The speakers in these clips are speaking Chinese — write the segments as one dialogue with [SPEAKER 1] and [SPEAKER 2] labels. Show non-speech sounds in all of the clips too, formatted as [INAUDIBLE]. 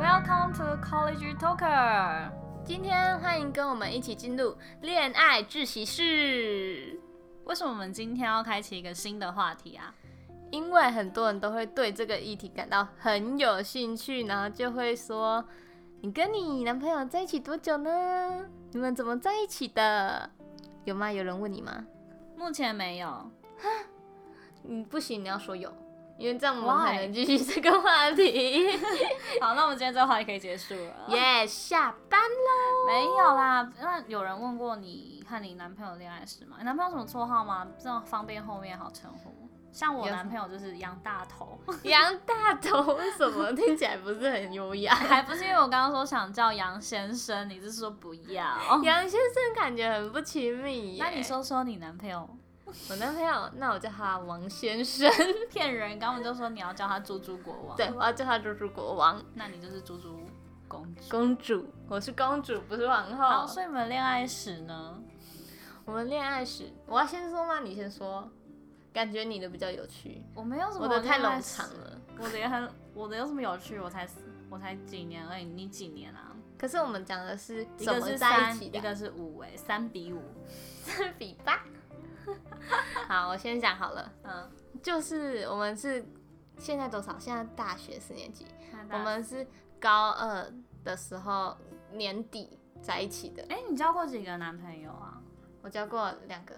[SPEAKER 1] to College Talker。
[SPEAKER 2] 今天欢迎跟我们一起进入恋爱自习室，
[SPEAKER 1] 为什么我们今天要开启一个新的话题啊？
[SPEAKER 2] 因为很多人都会对这个议题感到很有兴趣，然后就会说：“你跟你男朋友在一起多久呢？你们怎么在一起的？有吗？有人问你吗
[SPEAKER 1] 目前没有，？”
[SPEAKER 2] 嗯，不行，你要说有，因为这样我们
[SPEAKER 1] Why？
[SPEAKER 2] 才能继续这个话题。
[SPEAKER 1] [LAUGHS]
[SPEAKER 2] [LAUGHS]
[SPEAKER 1] 好，那我们今天这个话题可以结束了。
[SPEAKER 2] 耶、下班喽！
[SPEAKER 1] 没有啦，那有人问过你看你男朋友恋爱史吗？你男朋友有什么绰号吗？这样方便后面好称呼。像我
[SPEAKER 2] 有
[SPEAKER 1] 男朋友就是杨大头，
[SPEAKER 2] [LAUGHS] 杨大头为什么听起来不是很优雅？
[SPEAKER 1] [LAUGHS] 还不是因为我刚刚说想叫杨先生，你是说不要？ [LAUGHS]
[SPEAKER 2] 杨先生感觉很不亲密耶。
[SPEAKER 1] 那你说说你男朋友
[SPEAKER 2] 我男朋友，那我叫他王先生， [LAUGHS]
[SPEAKER 1] 骗人，刚刚就说你要叫他猪猪国王，
[SPEAKER 2] 对，我要叫他猪猪国王
[SPEAKER 1] 那你就是猪猪公主。
[SPEAKER 2] 公主，我是公主，不是皇
[SPEAKER 1] 好，
[SPEAKER 2] 后。
[SPEAKER 1] 所以你们恋爱史呢？
[SPEAKER 2] 我们恋爱史，我要先说吗？你先说，感觉你的比较有趣，
[SPEAKER 1] 我没有什么，
[SPEAKER 2] 我的太冗长，了。
[SPEAKER 1] [LAUGHS] 我的也很，我的有什么有趣？我才我才几年而已，你几年啊？
[SPEAKER 2] 可是我们讲的是
[SPEAKER 1] 一
[SPEAKER 2] 怎
[SPEAKER 1] 个
[SPEAKER 2] 么
[SPEAKER 1] 是
[SPEAKER 2] 在一
[SPEAKER 1] 三，
[SPEAKER 2] 起
[SPEAKER 1] 一
[SPEAKER 2] 的，
[SPEAKER 1] 个是五、哎，三比五。
[SPEAKER 2] [LAUGHS] 是比
[SPEAKER 1] [LAUGHS]
[SPEAKER 2] 吧。好，我先讲好了，
[SPEAKER 1] 嗯，
[SPEAKER 2] 就是我们是现在多少？现在大学四年级，我
[SPEAKER 1] 我们
[SPEAKER 2] 们是高二的时候年底在一起的。
[SPEAKER 1] 哎、你交过几个男朋友啊？
[SPEAKER 2] 我交过两个，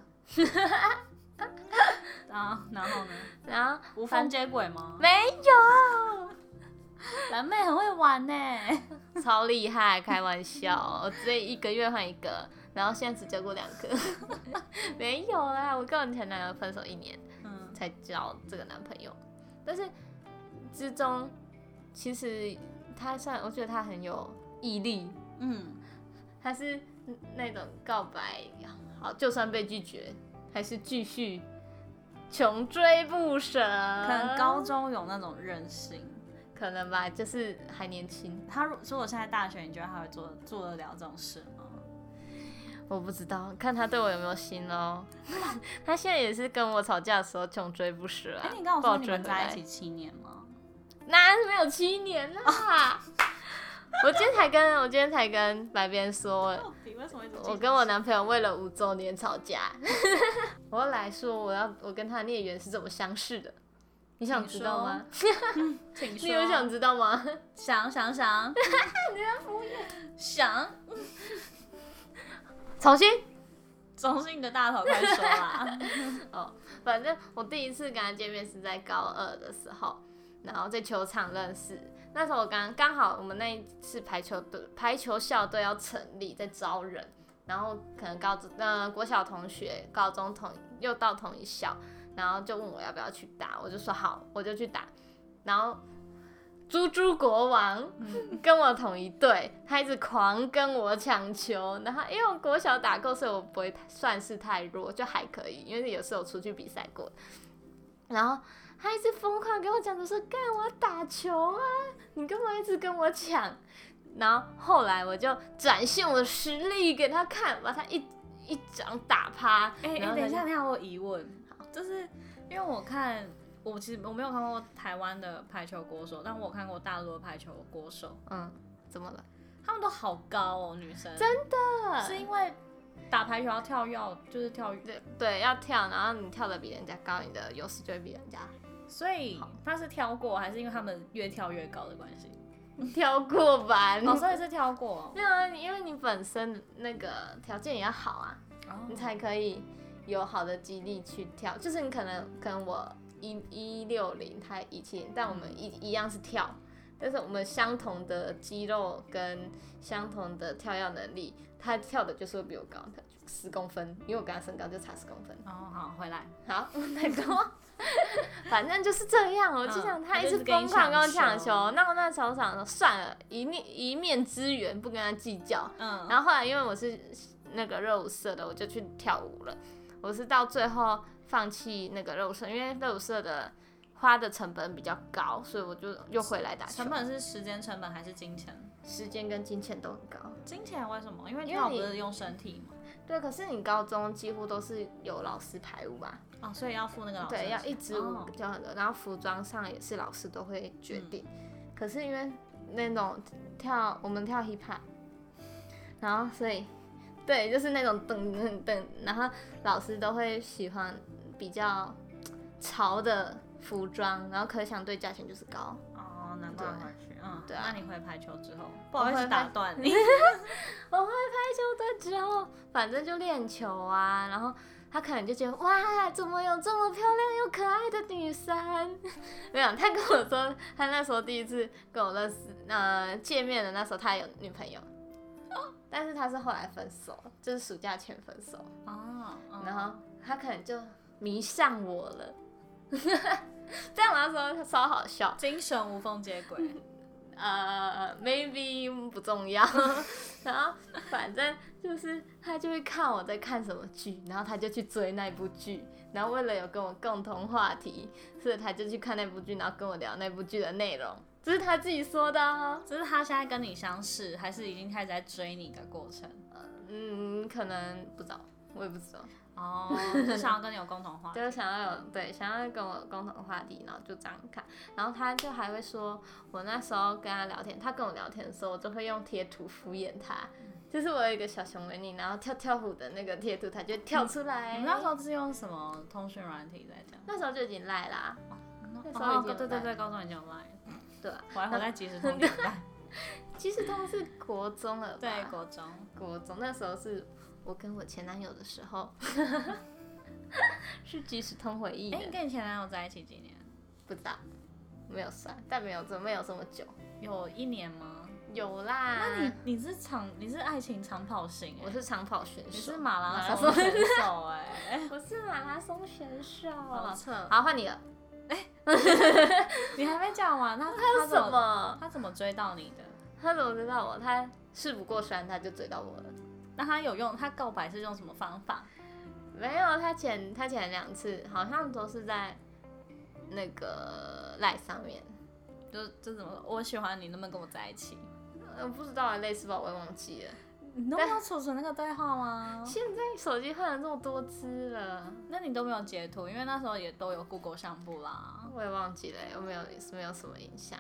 [SPEAKER 1] 啊，然后呢？
[SPEAKER 2] 然后
[SPEAKER 1] 无缝接轨 [LAUGHS] 吗？
[SPEAKER 2] 没有，
[SPEAKER 1] 蓝妹很会玩
[SPEAKER 2] [LAUGHS]
[SPEAKER 1] 呢、
[SPEAKER 2] 超厉害，开玩笑，我直接一个月换一个，然后现在只交过两个， [LAUGHS] 没有啦，我跟我前男友分手一年
[SPEAKER 1] 嗯，
[SPEAKER 2] 才交这个男朋友，但是之中其实他算，我觉得他很有毅力，
[SPEAKER 1] 嗯，
[SPEAKER 2] 他是那种告白，好，就算被拒绝，还是继续穷追不舍，
[SPEAKER 1] 可能高中有那种任性。
[SPEAKER 2] 可能吧，就是还年轻，
[SPEAKER 1] 他如说我现在大学，你觉得他会做做得了这种事吗？
[SPEAKER 2] 我不知道，看他对我有没有
[SPEAKER 1] [LAUGHS]
[SPEAKER 2] 心咯。他现在也是跟我吵架的时候穷追不舍啊。
[SPEAKER 1] 哎、你跟我
[SPEAKER 2] 把
[SPEAKER 1] 说你
[SPEAKER 2] 追
[SPEAKER 1] 们
[SPEAKER 2] 回
[SPEAKER 1] 在
[SPEAKER 2] 来
[SPEAKER 1] 一起，七年吗？
[SPEAKER 2] 那没有七年啦。
[SPEAKER 1] 哦
[SPEAKER 2] [LAUGHS] 我今天才跟我今天才跟白边说，
[SPEAKER 1] 到底为什么一直记
[SPEAKER 2] 我
[SPEAKER 1] 得
[SPEAKER 2] 跟我男朋友为了五周年吵架。 [LAUGHS] 我要来说，我要我跟他孽缘是怎么相识的，你想知道吗？
[SPEAKER 1] 请
[SPEAKER 2] 你
[SPEAKER 1] 说，
[SPEAKER 2] 有想知道吗？ [LAUGHS]
[SPEAKER 1] 想想想， [LAUGHS] 你在敷衍，想，
[SPEAKER 2] 重新。
[SPEAKER 1] 总是你的大头快说啦。
[SPEAKER 2] 哦，反正我第一次跟他见面是在高二的时候，然后在球场认识。那时候我刚刚好我们那一次排球队排球校队要成立，在招人，然后可能高中呃国小同学、高中同又到同一校，然后就问我要不要去打，我就说好，我就去打。然后猪猪国王跟我同一队，他一直狂跟我抢球，然后因为我国小打够，所以我不会算是太弱，就还可以，因为有时候我出去比赛过。然后他一直疯狂跟我讲，就说干我要打球啊，你干嘛一直跟我抢？然后后来我就展现我的实力给他看，把他一一掌打趴。
[SPEAKER 1] [LAUGHS] 哎、哎、
[SPEAKER 2] 然后
[SPEAKER 1] 等
[SPEAKER 2] 他
[SPEAKER 1] 一
[SPEAKER 2] 就
[SPEAKER 1] 下，等一下，我有疑问，就是因为我看，我其实我没有看过台湾的排球国手，但我有看过大陆的排球国手，
[SPEAKER 2] 嗯，怎么了？
[SPEAKER 1] 他们都好高哦，女生真的是因为打排球要跳跃，就是跳跃，
[SPEAKER 2] 对对，要跳，然后你跳的比人家高，你的优势就会比人家
[SPEAKER 1] 所以他是跳过，还是因为他们越跳越高的关系？
[SPEAKER 2] [LAUGHS] 跳过吧。
[SPEAKER 1] 哦，所以是跳过 [LAUGHS] 哦，
[SPEAKER 2] 没有啊，你因为你本身那个条件也要好啊，
[SPEAKER 1] 哦
[SPEAKER 2] 你才可以有好的激励去跳。就是你可能可能我一一六零，他一七零，但我们一一样是跳，但是我们相同的肌肉跟相同的跳跃能力，他跳的就是会比我高，他十公分，因为我跟他身高就差十公分。
[SPEAKER 1] 哦，好，回来。
[SPEAKER 2] 好，太多。 [LAUGHS] 反正就是这样，我就想嗯他一直疯狂跟我抢球，那我那时候想说算了，一面一面之缘，不跟他计较。
[SPEAKER 1] 嗯，
[SPEAKER 2] 然后后来因为我是那个热舞社的，我就去跳舞了。我是到最后放弃那个热舞社，因为热舞社的花的成本比较高，所以我就又回来打球
[SPEAKER 1] 成。本是时间成本还是金钱？
[SPEAKER 2] 时间跟金钱都很高。
[SPEAKER 1] 金钱为什么？因为
[SPEAKER 2] 因为
[SPEAKER 1] 跳舞不
[SPEAKER 2] 你
[SPEAKER 1] 是用身体嘛，
[SPEAKER 2] 对，可是你高中几乎都是有老师排舞嘛，
[SPEAKER 1] 哦，所以要付那个老师的
[SPEAKER 2] 对，
[SPEAKER 1] 钱。
[SPEAKER 2] 要一支舞
[SPEAKER 1] 哦
[SPEAKER 2] 就很多，然后服装上也是老师都会决定。可是因为那种跳我们跳 hip hop，然后所以对，就是那种噔噔噔，然后老师都会喜欢比较潮的服装，然后可想对价钱就是高。
[SPEAKER 1] 哦，难怪会去，嗯，
[SPEAKER 2] 对啊
[SPEAKER 1] 那你会排球之后，不
[SPEAKER 2] 我
[SPEAKER 1] 好意
[SPEAKER 2] 会
[SPEAKER 1] 思
[SPEAKER 2] 排
[SPEAKER 1] 打断 [LAUGHS] 你，
[SPEAKER 2] 我会拍球的之后，反正就练球啊，然后他可能就觉得哇，怎么有这么漂亮又可爱的女生？没有，他跟我说，他那时候第一次跟我认识，呃，见面的那时候他有女朋友，哦但是他是后来分手，就是暑假前分手，
[SPEAKER 1] 哦，嗯
[SPEAKER 2] 然后他可能就迷上我了。 [LAUGHS] 这样来说，他超好笑。
[SPEAKER 1] 精神无缝接轨， [LAUGHS]
[SPEAKER 2] 呃，maybe 不重要， [LAUGHS] 然后反正就是他就会看我在看什么剧，然后他就去追那部剧，然后为了有跟我共同话题，所以他就去看那部剧，然后跟我聊那部剧的内容，这是他自己说的、哦。
[SPEAKER 1] 这是他现在跟你相识，还是已经开始在追你的过程？
[SPEAKER 2] 嗯，可能不知道，我也不知道，
[SPEAKER 1] [LAUGHS] 哦，就想要跟你有共同话题，
[SPEAKER 2] 就是想要有对想要跟我有共同话题，然后就这样看，然后他就还会说，我那时候跟他聊天，他跟我聊天的时候，我就会用贴图敷衍他。
[SPEAKER 1] 嗯
[SPEAKER 2] [LAUGHS] 就是我有一个小熊维尼，然后跳跳虎的那个贴图，他就跳出来。
[SPEAKER 1] 嗯你们那时候是用什么通讯软体在讲？
[SPEAKER 2] 那时候就已经赖啦，那时候
[SPEAKER 1] 哦
[SPEAKER 2] 已经有
[SPEAKER 1] 对对
[SPEAKER 2] Line
[SPEAKER 1] 对，高中已经有 Line，
[SPEAKER 2] 对啊。
[SPEAKER 1] 我还活在即时通年代，
[SPEAKER 2] 其实都是国中了吧？
[SPEAKER 1] [LAUGHS] 对，国 [LAUGHS] 中，哎
[SPEAKER 2] 国中那时候是我跟我前男友的时
[SPEAKER 1] [LAUGHS]
[SPEAKER 2] 候， [LAUGHS] 是即时通回忆的，
[SPEAKER 1] 哎，你跟你前男友在一起几年？
[SPEAKER 2] 不知道，没有算，但没有这没有这么久，
[SPEAKER 1] 有一年吗？
[SPEAKER 2] 有啦。
[SPEAKER 1] 那你嗯你是长你是爱情长跑型哎、
[SPEAKER 2] 我是长跑选手，
[SPEAKER 1] 你是马拉
[SPEAKER 2] 马
[SPEAKER 1] 松选手哎、
[SPEAKER 2] 我是马拉松选手。
[SPEAKER 1] 好扯，
[SPEAKER 2] [LAUGHS] 好，换哦你了。
[SPEAKER 1] [LAUGHS] 你还没讲完，那他
[SPEAKER 2] 他
[SPEAKER 1] 怎
[SPEAKER 2] 什
[SPEAKER 1] 么
[SPEAKER 2] 么？
[SPEAKER 1] 他怎么追到你的？
[SPEAKER 2] 他怎么知道我？他事不过三，他就追到我了。
[SPEAKER 1] 那他有用他告白是用什么方法？
[SPEAKER 2] 没有，他前他前两次好像都是在那个赖上面，
[SPEAKER 1] 就就怎么说我喜欢你，能不能跟我在一起？
[SPEAKER 2] 呃，不知道啊，类似吧，我也忘记了。
[SPEAKER 1] 你都没有储存那个对话吗？
[SPEAKER 2] 现在手机换了这么多只了，
[SPEAKER 1] 那你都没有截图，因为那时候也都有 Google 相簿啦。
[SPEAKER 2] 我也忘记了，有没有没有什么影响。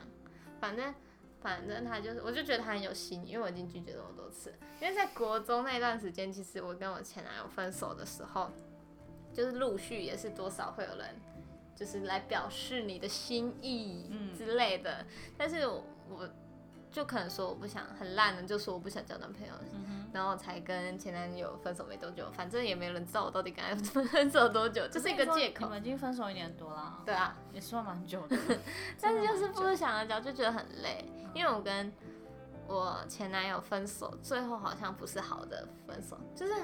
[SPEAKER 2] 反正反正他就是，我就觉得他很有心，因为我已经拒绝这么多次。因为在国中那段时间，其实我跟我前男友分手的时候，就是陆续也是多少会有人就是来表示你的心意
[SPEAKER 1] 嗯
[SPEAKER 2] 之类的，但是我我就可能说我不想很烂的，就说我不想交男朋友，
[SPEAKER 1] 嗯
[SPEAKER 2] 然后才跟前男友分手没多久，反正也没人知道我到底跟他分手多久，
[SPEAKER 1] 哼，
[SPEAKER 2] 就是一个借
[SPEAKER 1] 你
[SPEAKER 2] 口。
[SPEAKER 1] 们已经分手一年多啦，
[SPEAKER 2] 对啊，
[SPEAKER 1] 也算蛮久的。
[SPEAKER 2] [LAUGHS] 但是就
[SPEAKER 1] 真
[SPEAKER 2] 是
[SPEAKER 1] 的蛮久
[SPEAKER 2] 不想要交，就觉得很累，因为我跟我前男友分手，最后好像不是好的分手，就是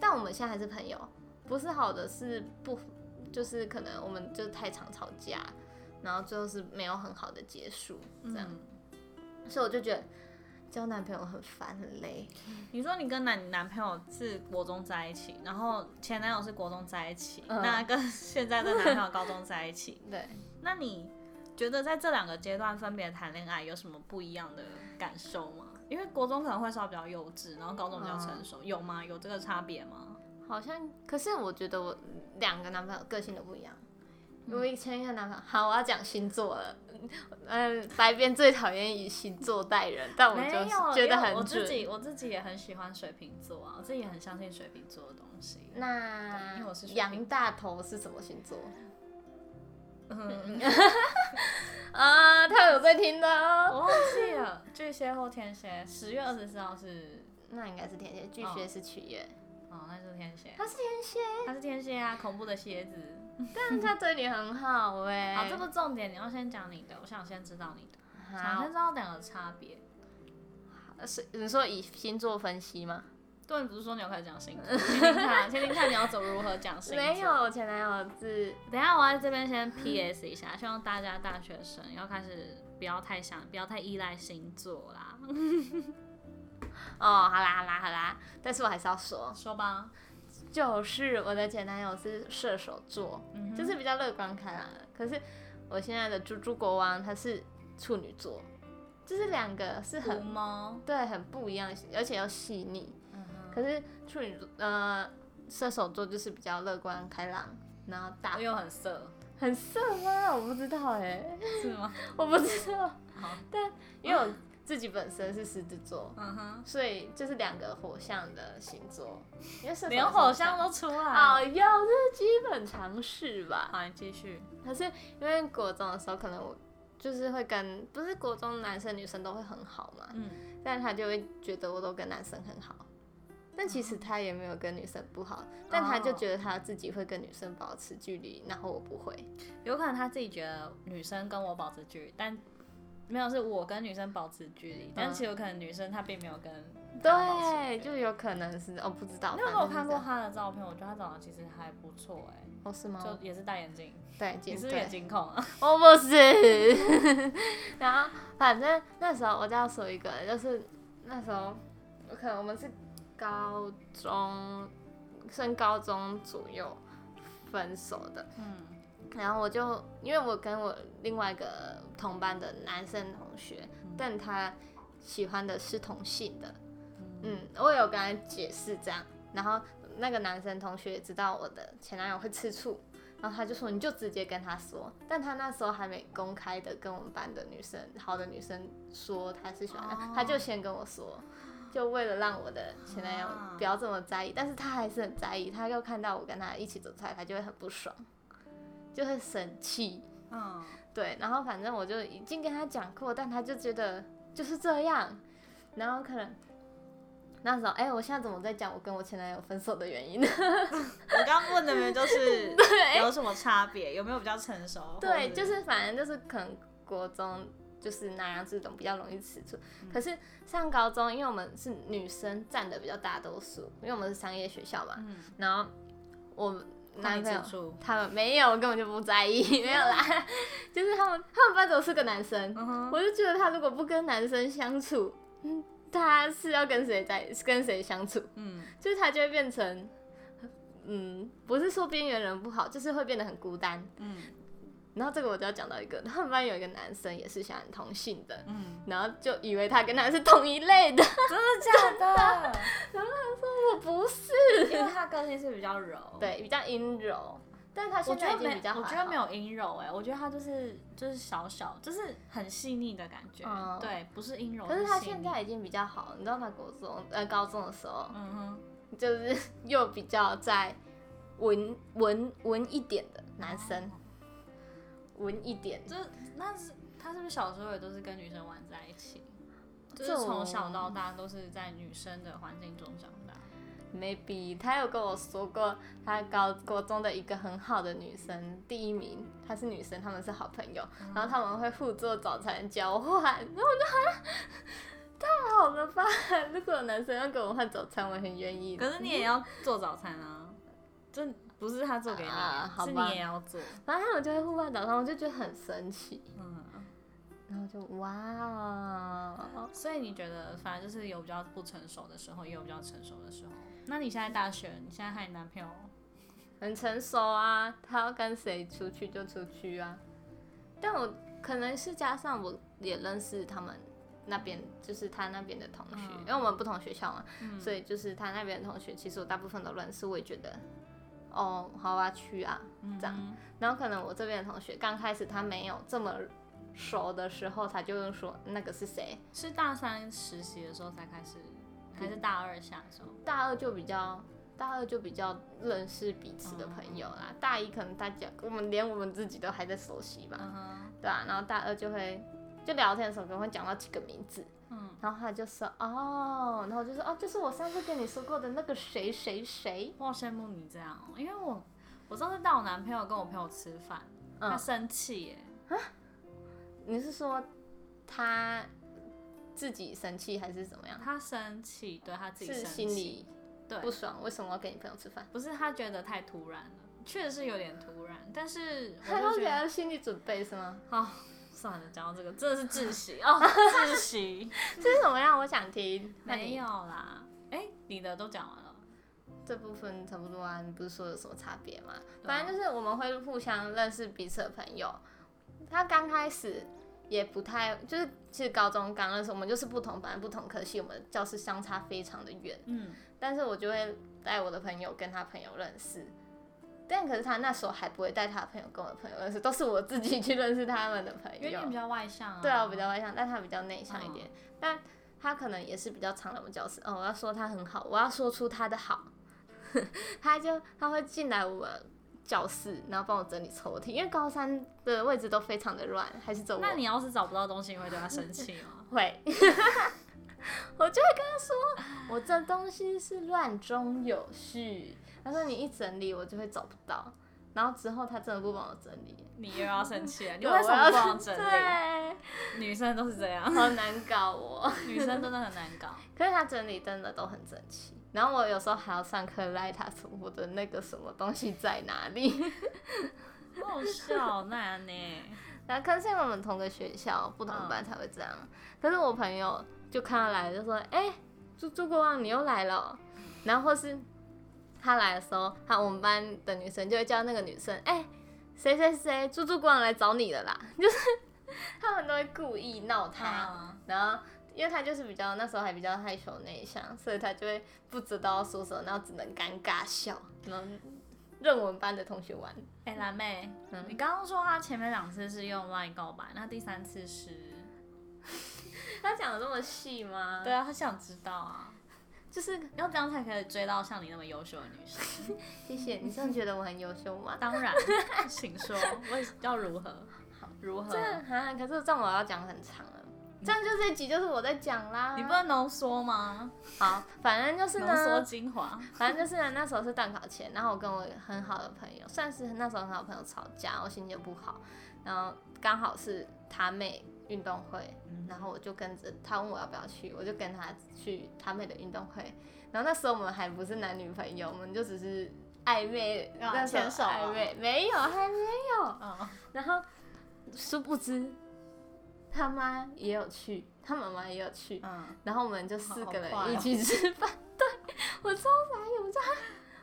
[SPEAKER 2] 但我们现在还是朋友，不是好的是不就是可能我们就太常吵架，然后最后是没有很好的结束这样，
[SPEAKER 1] 嗯
[SPEAKER 2] 所以我就觉得交男朋友很烦很累，
[SPEAKER 1] 你说你跟男男朋友是国中在一起，然后前男友是国中在一起，
[SPEAKER 2] 嗯
[SPEAKER 1] 那跟现在的男朋友高中在一起，
[SPEAKER 2] [LAUGHS] 对。
[SPEAKER 1] 那你觉得在这两个阶段分别谈恋爱有什么不一样的感受吗？因为国中可能会稍微比较幼稚，然后高中比较成熟，
[SPEAKER 2] 嗯
[SPEAKER 1] 有吗？有这个差别吗？
[SPEAKER 2] 好像，可是我觉得我两个男朋友个性都不一样。我以前一个男朋友，好，我要讲星座了。嗯，白边最讨厌以星座待人，但我
[SPEAKER 1] 没
[SPEAKER 2] 就
[SPEAKER 1] 有，
[SPEAKER 2] 是觉得
[SPEAKER 1] 因为我
[SPEAKER 2] 很
[SPEAKER 1] 自
[SPEAKER 2] 准。
[SPEAKER 1] 己我自己也很喜欢水瓶座啊，我自己也很相信水瓶座的东西。
[SPEAKER 2] 那
[SPEAKER 1] 对因为我是水瓶
[SPEAKER 2] 杨大头是什么星座？
[SPEAKER 1] 嗯，
[SPEAKER 2] 啊，他有在听的哦。
[SPEAKER 1] 我忘记了，巨蟹或天蝎，十月二十四号是
[SPEAKER 2] 那应该是天蝎，巨蟹是七月。
[SPEAKER 1] 哦，那是天蝎，
[SPEAKER 2] 他是天蝎，
[SPEAKER 1] 他是天蝎啊，恐怖的蝎子。
[SPEAKER 2] 但他对你很好哎。
[SPEAKER 1] 好，这不重点，你要先讲你的，我想先知道你的，想
[SPEAKER 2] 好
[SPEAKER 1] 先知道两个差别。
[SPEAKER 2] 是你说以星座分析吗？
[SPEAKER 1] 对，你不是说你有开始讲星 [LAUGHS] 座？听听看，听听看你要怎么如何讲星座。
[SPEAKER 2] 没有，我前男友是
[SPEAKER 1] 等一下我在这边先 PS 一下，希望大家大学生要开始不要太想，不要太依赖星座啦。
[SPEAKER 2] 哦，好啦好啦好啦，但是我还是要说，
[SPEAKER 1] 哦说吧，
[SPEAKER 2] 就是我的前男友是射手座，
[SPEAKER 1] 嗯哼
[SPEAKER 2] 就是比较乐观开朗的。可是我现在的猪猪国王他是处女座，就是两个是
[SPEAKER 1] 狐
[SPEAKER 2] 很
[SPEAKER 1] 猫，
[SPEAKER 2] 对很不一样的，而且又细腻。
[SPEAKER 1] 嗯哼，
[SPEAKER 2] 可是处女座呃射手座就是比较乐观开朗，然后大
[SPEAKER 1] 又很色， [LAUGHS]
[SPEAKER 2] 很色吗？我不知道哎、
[SPEAKER 1] 是吗？
[SPEAKER 2] 我不知道，
[SPEAKER 1] 好，
[SPEAKER 2] 因为我自己本身是狮子座，
[SPEAKER 1] 嗯哼，
[SPEAKER 2] 所以就是两个火象的星座，因为射手
[SPEAKER 1] 连
[SPEAKER 2] 是
[SPEAKER 1] 火象都出来
[SPEAKER 2] 哦
[SPEAKER 1] 了。
[SPEAKER 2] 哟，这是基本常识吧。
[SPEAKER 1] 好，你继续。
[SPEAKER 2] 可是因为国中的时候，可能我就是会跟不是国中男生女生都会很好嘛，
[SPEAKER 1] 嗯，
[SPEAKER 2] 但他就会觉得我都跟男生很好，但其实他也没有跟女生不好，但他就觉得他自己会跟女生保持距离，然后我不会。
[SPEAKER 1] 有可能他自己觉得女生跟我保持距离，但没有是我跟女生保持距离，但其实有可能女生她并没有跟他保持距
[SPEAKER 2] 对，
[SPEAKER 1] 离
[SPEAKER 2] 就有可能是哦，不知道。
[SPEAKER 1] 你有没有看
[SPEAKER 2] 反正是
[SPEAKER 1] 过
[SPEAKER 2] 这样？
[SPEAKER 1] 她的照片？我觉得她长得其实还不错哎、
[SPEAKER 2] 哦，是吗？
[SPEAKER 1] 就也是戴眼镜。
[SPEAKER 2] 对，
[SPEAKER 1] 你
[SPEAKER 2] 解
[SPEAKER 1] 是
[SPEAKER 2] 释
[SPEAKER 1] 不是眼镜控啊？
[SPEAKER 2] 我不是。 [LAUGHS] 然后反正那时候我就要说一个，就是那时候我可能我们是高中升高中左右分手的，
[SPEAKER 1] 嗯
[SPEAKER 2] 然后我就因为我跟我另外一个同班的男生同学，
[SPEAKER 1] 嗯
[SPEAKER 2] 但他喜欢的是同性的，嗯，我有跟他解释这样，然后那个男生同学也知道我的前男友会吃醋，然后他就说你就直接跟他说，但他那时候还没公开的跟我们班的女生，好的女生说他是喜欢的，
[SPEAKER 1] 哦
[SPEAKER 2] 他就先跟我说。就为了让我的前男友
[SPEAKER 1] 啊
[SPEAKER 2] 不要这么在意，但是他还是很在意。他又看到我跟他一起走出来，他就会很不爽，就会生气。
[SPEAKER 1] [LAUGHS] 嗯，
[SPEAKER 2] 对，然后反正我就已经跟他讲过，但他就觉得就是这样，然后可能那时候，哎、我现在怎么在讲我跟我前男友分手的原因呢？
[SPEAKER 1] 我刚问的没就是 [LAUGHS]
[SPEAKER 2] 对
[SPEAKER 1] 有什么差别，有没有比较成熟？
[SPEAKER 2] 对，
[SPEAKER 1] 或者
[SPEAKER 2] 就是反正就是可能国中就是那样这种比较容易吃醋，可是上高中，因为我们是女生占的比较大多数，因为我们是商业学校嘛，
[SPEAKER 1] 嗯，
[SPEAKER 2] 然后我
[SPEAKER 1] 那
[SPEAKER 2] 男
[SPEAKER 1] 你
[SPEAKER 2] 朋友
[SPEAKER 1] 指出，
[SPEAKER 2] 他们没有，我根本就不在意，没有
[SPEAKER 1] [LAUGHS]
[SPEAKER 2] 啦，就是他们他们班总是个男生，
[SPEAKER 1] 嗯哼，
[SPEAKER 2] 我就觉得他如果不跟男生相处，嗯，他是要跟谁在跟谁相处，
[SPEAKER 1] 嗯
[SPEAKER 2] 就是他就会变成，嗯，不是说边缘人不好，就是会变得很孤单。
[SPEAKER 1] 嗯
[SPEAKER 2] 然后这个我就要讲到一个，他们班有一个男生也是喜欢同性的，
[SPEAKER 1] 嗯，
[SPEAKER 2] 然后就以为他跟他是同一类
[SPEAKER 1] [LAUGHS] 真
[SPEAKER 2] 的，[LAUGHS]
[SPEAKER 1] 的假的？ [LAUGHS]
[SPEAKER 2] 我不是，
[SPEAKER 1] 因为他个性是比较柔，，
[SPEAKER 2] 对，比较阴柔，但他
[SPEAKER 1] 我
[SPEAKER 2] 现
[SPEAKER 1] 觉
[SPEAKER 2] 在已
[SPEAKER 1] 得
[SPEAKER 2] 经
[SPEAKER 1] 没
[SPEAKER 2] 比较，好，
[SPEAKER 1] 我觉得没，有阴柔哎、我觉得他就是就是小小，就是很细腻的感觉，
[SPEAKER 2] 嗯
[SPEAKER 1] 对，不是阴柔，
[SPEAKER 2] 可是他
[SPEAKER 1] 细
[SPEAKER 2] 现
[SPEAKER 1] 腻，
[SPEAKER 2] 在已经比较好，你知道他国中呃高中的时候，
[SPEAKER 1] 嗯哼，
[SPEAKER 2] 就是 [LAUGHS] 又比较在文文文一点的男生，文一点，
[SPEAKER 1] 这那是他是不是小时候也都是跟女生玩在一起？就
[SPEAKER 2] 这
[SPEAKER 1] 是
[SPEAKER 2] 我
[SPEAKER 1] 从小到大都是在女生的环境中长大。
[SPEAKER 2] maybe 他有跟我说过，他高国中的一个很好的女生第一名，她是女生，他们是好朋友，然后他们会互做早餐交换，然后我就啊，太好了吧！如果有男生要跟我换早餐，我很愿意。
[SPEAKER 1] 可是你也要做早餐啊，这不是他做给你，
[SPEAKER 2] 啊好
[SPEAKER 1] 是
[SPEAKER 2] 吧
[SPEAKER 1] 你也要做。
[SPEAKER 2] 反正他们就会互换早餐，我就觉得很神奇，
[SPEAKER 1] 嗯，
[SPEAKER 2] 然后就哇
[SPEAKER 1] [LAUGHS]
[SPEAKER 2] 哦，
[SPEAKER 1] 所以你觉得，反正就是有比较不成熟的时候，也有比较成熟的时候。那你现在大学，你现在和你男朋友，
[SPEAKER 2] 很成熟啊，他要跟谁出去就出去啊。但我可能是加上我也认识他们那边，就是他那边的同学，
[SPEAKER 1] 嗯
[SPEAKER 2] 因为我们不同学校嘛，
[SPEAKER 1] 嗯
[SPEAKER 2] 所以就是他那边的同学，其实我大部分都认识。我也觉得，哦，好啊，去啊。
[SPEAKER 1] 嗯
[SPEAKER 2] 这
[SPEAKER 1] 样，
[SPEAKER 2] 然后可能我这边的同学刚开始他没有这么熟的时候，他就会说那个是谁。
[SPEAKER 1] 是大三实习的时候才开始，还是大二下的时候？
[SPEAKER 2] 大二就比较，大二就比较认识彼此的朋友
[SPEAKER 1] 哦
[SPEAKER 2] 啦。大一可能大家我们连我们自己都还在熟悉吧。
[SPEAKER 1] 嗯哼，
[SPEAKER 2] 对啊，然后大二就会就聊天的时候可能会讲到几个名字，
[SPEAKER 1] 嗯，
[SPEAKER 2] 然后他就说哦，然后我就说哦，就是我上次跟你说过的那个谁谁谁，
[SPEAKER 1] 我好羡慕你这样哦，因为我我上次带我男朋友跟我朋友吃饭，他
[SPEAKER 2] 嗯，
[SPEAKER 1] 生气耶，
[SPEAKER 2] 你是说他自己生气还是怎么样？
[SPEAKER 1] 他生气，对他自己
[SPEAKER 2] 是
[SPEAKER 1] 生
[SPEAKER 2] 心
[SPEAKER 1] 气，
[SPEAKER 2] 里
[SPEAKER 1] 对
[SPEAKER 2] 不爽，为什么要跟你朋友吃饭？
[SPEAKER 1] 不是他觉得太突然了，确实是有点突然，但
[SPEAKER 2] [LAUGHS]
[SPEAKER 1] 是我
[SPEAKER 2] 他要
[SPEAKER 1] 就
[SPEAKER 2] 给
[SPEAKER 1] 觉得，
[SPEAKER 2] 他心理准备是
[SPEAKER 1] [LAUGHS]
[SPEAKER 2] 吗？
[SPEAKER 1] 哦，算了，讲到这个真的是窒息哦， [LAUGHS] 窒息，
[SPEAKER 2] 这是怎么样？我想听。 [LAUGHS] 那
[SPEAKER 1] 没
[SPEAKER 2] 你
[SPEAKER 1] 有啦，哎、你的都讲完了，
[SPEAKER 2] 这部分差不多啊，你不是说有什么差别吗？
[SPEAKER 1] 啊
[SPEAKER 2] 反正就是我们会互相认识彼此的朋友。他刚开始也不太，就是其实高中刚认识，我们就是不同班、不同科系，我们教室相差非常的远。
[SPEAKER 1] 嗯
[SPEAKER 2] 但是我就会带我的朋友跟他朋友认识，但可是他那时候还不会带他的朋友跟我的朋友认识，都是我自己去认识他们的朋
[SPEAKER 1] 因为
[SPEAKER 2] 友
[SPEAKER 1] 你。比较外向啊。
[SPEAKER 2] 对啊，我比较外向，但他比较内向一点，
[SPEAKER 1] 嗯
[SPEAKER 2] 但他可能也是比较常来我们教室。嗯，我要说他很好，我要说出他的好， [LAUGHS] 他就他会进来我们教室，然后帮我整理抽屉，因为高三的位置都非常的乱，还是走我。
[SPEAKER 1] 那你要是找不到东西，你会对他生气
[SPEAKER 2] [LAUGHS]
[SPEAKER 1] 吗？
[SPEAKER 2] 会，我就会跟他说，我这东西是乱中有序。他说你一整理，我就会找不到。然后之后他真的不帮我整理，
[SPEAKER 1] 你又要生气了，你
[SPEAKER 2] 对
[SPEAKER 1] 为什
[SPEAKER 2] 我
[SPEAKER 1] 么
[SPEAKER 2] 要
[SPEAKER 1] 不帮我整理？
[SPEAKER 2] [LAUGHS] 对，
[SPEAKER 1] [LAUGHS] 女生都是这样，
[SPEAKER 2] 好难搞哦我。
[SPEAKER 1] 哦女生真的很难搞。
[SPEAKER 2] 可是他整理真的都很整齐。然后我有时候还要上课赖他说我的那个什么东西在哪里。 [LAUGHS]
[SPEAKER 1] 好欸笑那呢？
[SPEAKER 2] 然后可能是因为我们同个学校不同班才会这样。可是我朋友就看他来了就说：“哎、朱朱国旺你又来了哦。”然后或是他来的时候，他我们班的女生就会叫那个女生：“哎、谁谁谁，朱朱国旺来找你了啦。”就是 [LAUGHS] 他们都会故意闹他。
[SPEAKER 1] 啊，
[SPEAKER 2] 然后因为他就是比较那时候还比较害羞内向，所以他就会不知道要说什么，然后只能尴尬笑，然后任我们班的同学玩。
[SPEAKER 1] 哎、蓝妹，
[SPEAKER 2] 嗯
[SPEAKER 1] 你刚刚说他前面两次是用 LINE 告白，那第三次是？
[SPEAKER 2] 他讲的这么细吗？
[SPEAKER 1] 对，啊，他想知道啊，
[SPEAKER 2] 就是
[SPEAKER 1] 要这样才可以追到像你那么优秀的女生。
[SPEAKER 2] 谢谢，你真的觉得我很优秀 [LAUGHS] 吗？
[SPEAKER 1] 当然，请说，我要如 [LAUGHS] 何？如何
[SPEAKER 2] 这？样啊，可是这样我要讲很长了。这样就这一集就是我在讲啦。
[SPEAKER 1] 你不能浓缩吗？
[SPEAKER 2] 好，反正就是
[SPEAKER 1] 浓缩
[SPEAKER 2] 呢，
[SPEAKER 1] 精华。
[SPEAKER 2] 反正就是呢，那时候是段考前，然后我跟我很好的朋友，算是那时候很好的朋友吵架，我心情不好，然后刚好是他妹运动会，
[SPEAKER 1] 嗯
[SPEAKER 2] 然后我就跟着他问我要不要去，我就跟他去他妹的运动会。然后那时候我们还不是男女朋友，我们就只是暧昧，
[SPEAKER 1] 啊
[SPEAKER 2] 那时候
[SPEAKER 1] 牵手啊
[SPEAKER 2] 暧昧，没有还没有。
[SPEAKER 1] 嗯，
[SPEAKER 2] 然后殊不知他妈也有去，他妈妈也有去，
[SPEAKER 1] 嗯，
[SPEAKER 2] 然后我们就四
[SPEAKER 1] 好
[SPEAKER 2] 个
[SPEAKER 1] 好快哦
[SPEAKER 2] 人一起吃饭。 [LAUGHS] 对我超傻眼，我说啊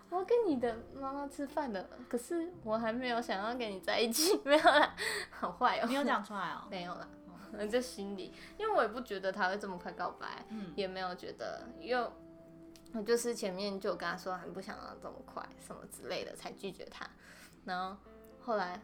[SPEAKER 2] 我要跟你的妈妈吃饭的，可是我还没有想要跟你在一起，没有啦，好坏哦。
[SPEAKER 1] 你有讲出来哦。
[SPEAKER 2] 没有啦，就心里，因为我也不觉得他会这么快告白，
[SPEAKER 1] 嗯
[SPEAKER 2] 也没有觉得，因为我就是前面就有跟他说很不想要这么快什么之类的，才拒绝他。然后后来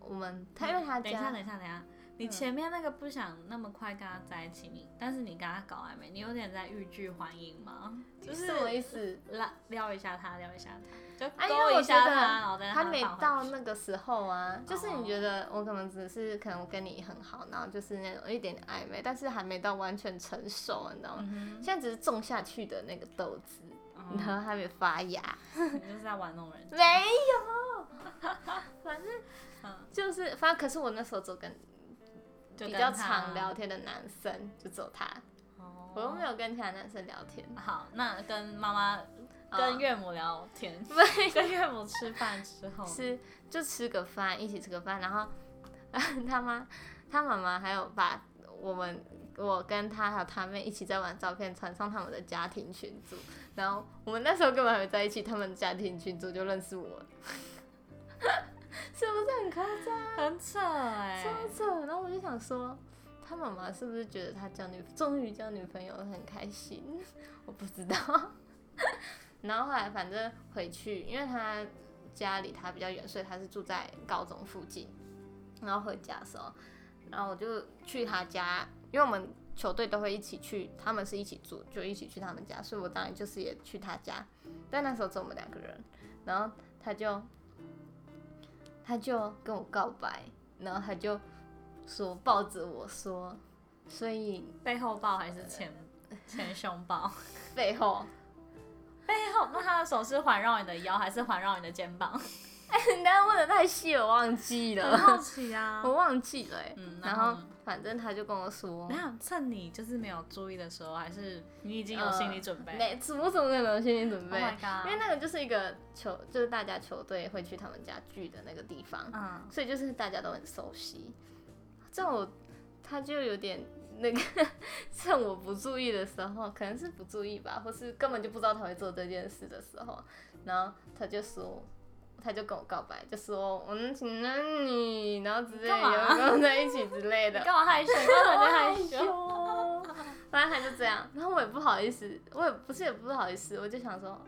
[SPEAKER 2] 我们他因为他
[SPEAKER 1] 嗯等一下，
[SPEAKER 2] 家嗯
[SPEAKER 1] 等一下，等一下。你前面那个不想那么快跟他在一起，你但是你跟他搞暧昧，你有点在欲拒还迎吗？就是
[SPEAKER 2] 什么意思？
[SPEAKER 1] 拉撩一下他，撩一下他，就
[SPEAKER 2] 啊，因为
[SPEAKER 1] 勾
[SPEAKER 2] 我
[SPEAKER 1] 一
[SPEAKER 2] 觉
[SPEAKER 1] 下
[SPEAKER 2] 得
[SPEAKER 1] 他，然后再让
[SPEAKER 2] 还
[SPEAKER 1] 他
[SPEAKER 2] 没
[SPEAKER 1] 放回
[SPEAKER 2] 到
[SPEAKER 1] 去
[SPEAKER 2] 那个时候啊，就是
[SPEAKER 1] 哦
[SPEAKER 2] 你觉得我可能只是可能我跟你很好，然后就是那种一点点暧昧，但是还没到完全成熟，你知道吗？
[SPEAKER 1] 嗯哦
[SPEAKER 2] 现在只是种下去的那个豆子，
[SPEAKER 1] 哼，
[SPEAKER 2] 然后还没发芽。
[SPEAKER 1] 你就是在玩弄人。
[SPEAKER 2] 没有，反正
[SPEAKER 1] 嗯
[SPEAKER 2] 就是，反正可是我那时候只有跟
[SPEAKER 1] 就
[SPEAKER 2] 比
[SPEAKER 1] 跟
[SPEAKER 2] 较
[SPEAKER 1] 他
[SPEAKER 2] 常聊天的男生，就只有他，
[SPEAKER 1] 哦
[SPEAKER 2] 我又没有跟其他男生聊天。
[SPEAKER 1] 好，那跟妈妈、
[SPEAKER 2] 哦
[SPEAKER 1] 跟岳母聊
[SPEAKER 2] [LAUGHS]
[SPEAKER 1] 天，跟岳母吃饭之后，
[SPEAKER 2] 吃就吃个饭，一起吃个饭，然后 [LAUGHS] 他妈他妈妈还有把我们我跟他还有他妹一起在玩照片传上他们的家庭群组，然后我们那时候根本还没在一起，他们家庭群组就认识我了，是不是很夸张？
[SPEAKER 1] 很扯哎、
[SPEAKER 2] 超扯！然后我就想说。他妈妈是不是觉得他交女终于交女朋友了很开心？我不知道。 [LAUGHS] 然后后来反正回去，因为他家离他比较远，所以他是住在高中附近。然后回家的时候，然后我就去他家，因为我们球队都会一起去，他们是一起住，就一起去他们家，所以我当然就是也去他家。但那时候只有我们两个人，然后他就他就跟我告白，然后他就说抱着我说，所以
[SPEAKER 1] 背后抱还是
[SPEAKER 2] [LAUGHS]
[SPEAKER 1] 前前胸抱？ [LAUGHS]
[SPEAKER 2] 背后
[SPEAKER 1] 背后，那他的手是环绕你的腰，还是环绕你的肩膀？
[SPEAKER 2] 你刚刚问的太细了，我忘记
[SPEAKER 1] 很
[SPEAKER 2] 了，
[SPEAKER 1] 好奇 [LAUGHS] 啊。
[SPEAKER 2] [LAUGHS] 我忘记了欸、
[SPEAKER 1] 嗯然
[SPEAKER 2] 然
[SPEAKER 1] 后
[SPEAKER 2] 后
[SPEAKER 1] 呢
[SPEAKER 2] 反正他就跟我说
[SPEAKER 1] 我，想趁你就是没有注意的时候，还是你已经有心理准备？
[SPEAKER 2] 呃没，我怎么可能有心理准
[SPEAKER 1] Oh
[SPEAKER 2] 备
[SPEAKER 1] my god！
[SPEAKER 2] 因为那个就是一个球，就是大家球队会去他们家聚的那个地方，
[SPEAKER 1] 嗯，
[SPEAKER 2] 所以就是大家都很熟悉。这样我他就有点那个， [LAUGHS] 趁我不注意的时候，可能是不注意吧，或是根本就不知道他会做这件事的时候，然后他就说。他就跟我告白，就说我们请了你，然后之类的，
[SPEAKER 1] 干嘛
[SPEAKER 2] 有没有在一起之类
[SPEAKER 1] 你
[SPEAKER 2] 的。
[SPEAKER 1] 干嘛害羞？你干嘛害羞？
[SPEAKER 2] 羞。
[SPEAKER 1] 哦
[SPEAKER 2] 反正他就这样，然后我也不好意思，我也不是也不好意思，我就想说，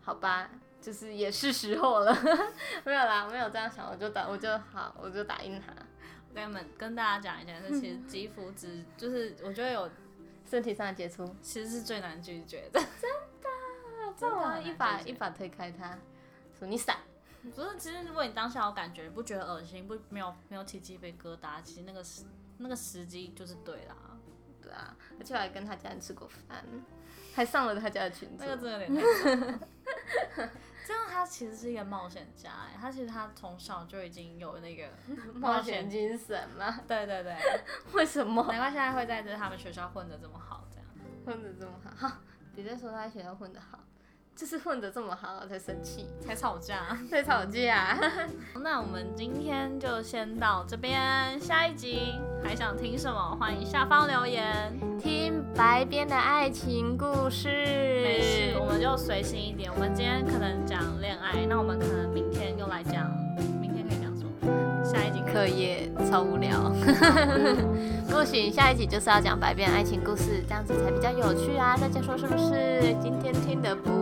[SPEAKER 2] 好吧，就是也是时候了， [LAUGHS] 没有啦，没有这样想，我就打，我就好，我就打赢他。
[SPEAKER 1] 我跟你们跟大家讲一件事，其实 [LAUGHS] 肌肤之就是我觉得有
[SPEAKER 2] 身体上的接触，
[SPEAKER 1] 其实是最难拒绝的， [LAUGHS]
[SPEAKER 2] 这
[SPEAKER 1] 真的
[SPEAKER 2] 我
[SPEAKER 1] 很
[SPEAKER 2] 一
[SPEAKER 1] 难
[SPEAKER 2] 把
[SPEAKER 1] 拒绝
[SPEAKER 2] 一把推开他，说你闪。
[SPEAKER 1] 不是，其实如果你当下有感觉，不觉得恶心，不没有没有起鸡皮疙瘩，其实那个时那个时机就是对啦。
[SPEAKER 2] 对啊，而且我还跟他家人吃过饭，还上了他家的群组。
[SPEAKER 1] 那个真的有点太早了 [LAUGHS] 这样他其实是一个冒险家、哎，他其实他从小就已经有那个
[SPEAKER 2] 冒险精神嘛？
[SPEAKER 1] [LAUGHS] 对对对，
[SPEAKER 2] [LAUGHS] 为什么
[SPEAKER 1] 难怪现在会在这他们学校混得这么好，这样。
[SPEAKER 2] 混得这么好？哈别再说他在学校混得好，就是混得这么好我才生气，
[SPEAKER 1] 才吵架。
[SPEAKER 2] 才吵架。啊
[SPEAKER 1] 那我们今天就先到这边，下一集还想听什么，欢迎下方留言。
[SPEAKER 2] 听白边的爱情故事，
[SPEAKER 1] 没事，我们就随性一点。我们今天可能讲恋爱，那我们可能明天又来讲，明天可以讲什么？下一集
[SPEAKER 2] [LAUGHS] 课业超无聊， [LAUGHS] 不行，下一集就是要讲百变爱情故事，这样子才比较有趣啊！大家说是不是？今天听得不